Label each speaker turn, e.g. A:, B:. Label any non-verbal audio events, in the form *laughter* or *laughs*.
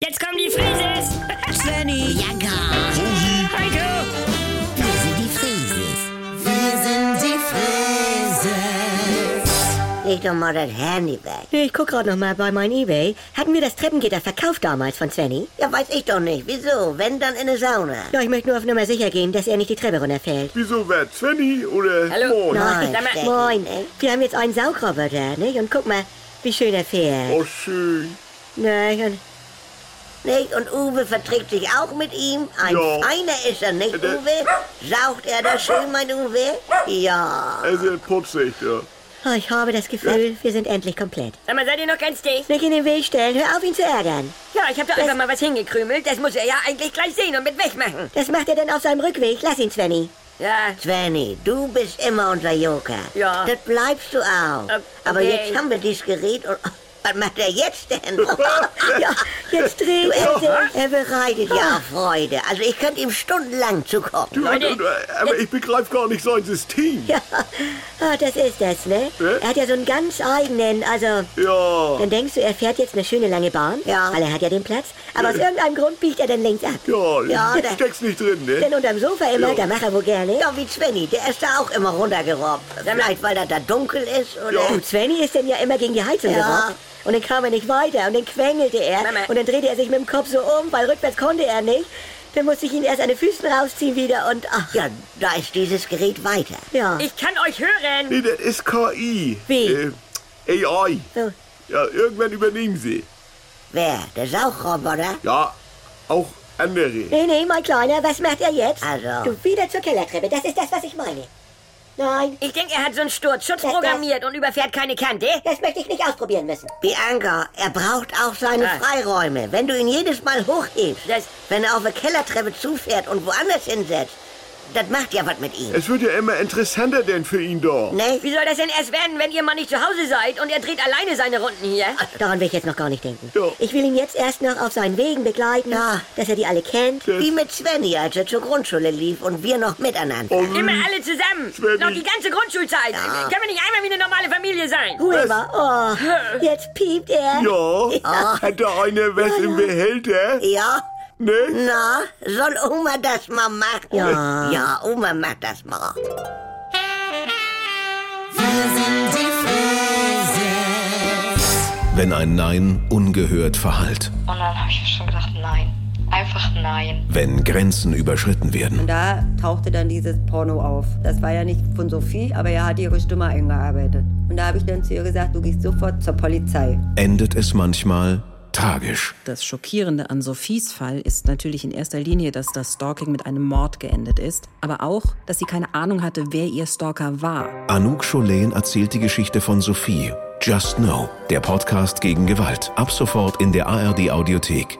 A: *laughs*
B: Conny.
C: Ja, gar.
B: Heiko.
C: Wir sind die Frieses. Wir sind die Frieses. Leg doch mal das Handy weg.
B: Ich guck gerade noch mal bei mein Ebay. Hatten wir das Treppengitter verkauft damals von Svenny?
C: Ja, weiß ich doch nicht. Wieso? Wenn, dann in der Sauna.
B: Ja, ich möchte nur auf Nummer sicher gehen, dass er nicht die Treppe runterfällt.
D: Wieso wer? Svenny oder
A: Hallo.
C: Oh,
D: Moin?
B: Moin.
A: sag mal-
B: Moin.
C: ne?
B: Wir haben jetzt einen Saugroboter, nicht? Und guck mal, wie schön er fährt.
D: Oh, schön.
B: Nicht? Und
C: Nicht? Und Uwe verträgt sich auch mit ihm. Ein
D: Ja.
C: Feiner ist er, nicht,
D: Der-
C: Uwe? Saugt er das schön, mein Uwe? Ja.
D: Er ist ja putzig, ja.
B: oh, ich habe das Gefühl, wir sind endlich komplett.
A: Sag mal, seid ihr noch ganz dicht?
B: Nicht in den Weg stellen, hör auf, ihn zu ärgern.
A: Ja, ich hab da einfach mal was hingekrümelt. Das muss er ja eigentlich gleich sehen und mit wegmachen.
B: Das macht er dann auf seinem Rückweg. Lass ihn, Svenny.
A: Ja,
C: Svenny, du bist immer unser Joker.
A: Ja.
C: Das bleibst du auch.
A: Äh,
C: Aber
A: okay.
C: jetzt haben wir dieses Gerät und... *laughs* Was macht er jetzt denn?
B: *laughs* Ja, jetzt dreht er
C: Also,
B: sich.
C: er bereitet ja auch Freude. Also ich könnte ihm stundenlang zugucken.
D: Du,
A: Leute,
D: und, und, äh, aber ich begreife gar nicht sein System.
B: Ja, ah, das ist das, ne?
D: Hä?
B: Er hat ja so einen ganz eigenen, also...
D: Ja,
B: Dann denkst du, er fährt jetzt eine schöne lange Bahn,
C: Ja.
B: weil er hat ja den Platz, aber aus irgendeinem Grund biegt er dann links ab.
D: ja,
C: Ja,
D: ich
C: der-
D: steck's nicht drin, ne?
B: Denn unterm Sofa immer,
D: Ja.
B: da macht er wohl gerne.
C: Ja, wie Svenny, der ist da auch immer runtergerobbt. Vielleicht, weil er da dunkel ist oder...
D: Ja.
B: Und Svenny ist dann ja immer gegen die Heizung
C: Ja.
B: gerobbt. Und dann kam er nicht weiter und dann quengelte er
A: Mama.
B: und dann drehte er sich mit dem Kopf so um, weil rückwärts konnte er nicht. Dann musste ich ihn erst an den Füßen rausziehen wieder und ach,
C: Ja, da ist dieses Gerät weiter.
B: ja.
A: ich kann euch hören.
D: Nee, das ist KI.
B: Wie?
D: Äh, AI.
B: So.
D: Ja, irgendwann übernehmen sie.
C: Wer? Der Saugroboter?
D: Ja, auch andere.
B: Nee, nee, mein Kleiner, was macht er jetzt?
C: Also.
B: Du, wieder zur Kellertreppe, das ist das, was ich meine. Nein,
A: Ich denk, er hat so einen Sturzschutz
B: Das- das-
A: programmiert und überfährt keine Kante.
B: das möchte ich nicht ausprobieren müssen.
C: Bianca, er braucht auch seine
A: Ah.
C: Freiräume. Wenn du ihn jedes Mal hochhebst,
A: Das-
C: wenn er auf der Kellertreppe zufährt und woanders hinsetzt, das macht ja was mit ihm.
D: Es wird ja immer interessanter denn für ihn da.
C: Ne?
A: Wie soll das denn erst werden, wenn ihr mal nicht zu Hause seid und er dreht alleine seine Runden hier?
B: Daran will ich jetzt noch gar nicht denken.
D: Ja.
B: Ich will ihn jetzt erst noch auf seinen Wegen begleiten,
C: Ja.
B: dass er die alle kennt.
C: Wie mit Svenny, als er zur Grundschule lief und wir noch miteinander.
D: Und
A: Immer alle zusammen.
D: Svenny.
A: Noch die ganze Grundschulzeit.
C: Ja.
A: Können wir nicht einmal wie eine normale Familie sein?
B: Ruhe mal. Oh, jetzt piept *laughs* er.
D: ja, hat da einer was im Behälter?
C: Ja?
D: Ne?
C: Na, soll Oma das mal machen?
B: Ja.
C: Ja, Oma macht das mal.
E: Wenn ein Nein ungehört verhallt.
F: Und dann habe ich schon gedacht, nein. Einfach nein.
E: Wenn Grenzen überschritten werden.
G: Da tauchte dann dieses Porno auf. Das war ja nicht von Sophie, aber er hat ihre Stimme eingearbeitet. Und da habe ich dann zu ihr gesagt, du gehst sofort zur Polizei.
E: Endet es manchmal tragisch.
H: Das Schockierende an Sophies Fall ist natürlich in erster Linie, dass das Stalking mit einem Mord geendet ist, aber auch, dass sie keine Ahnung hatte, wer ihr Stalker war.
E: Anouk Choleen erzählt die Geschichte von Sophie. Just Know, der Podcast gegen Gewalt. Ab sofort in der ARD Audiothek.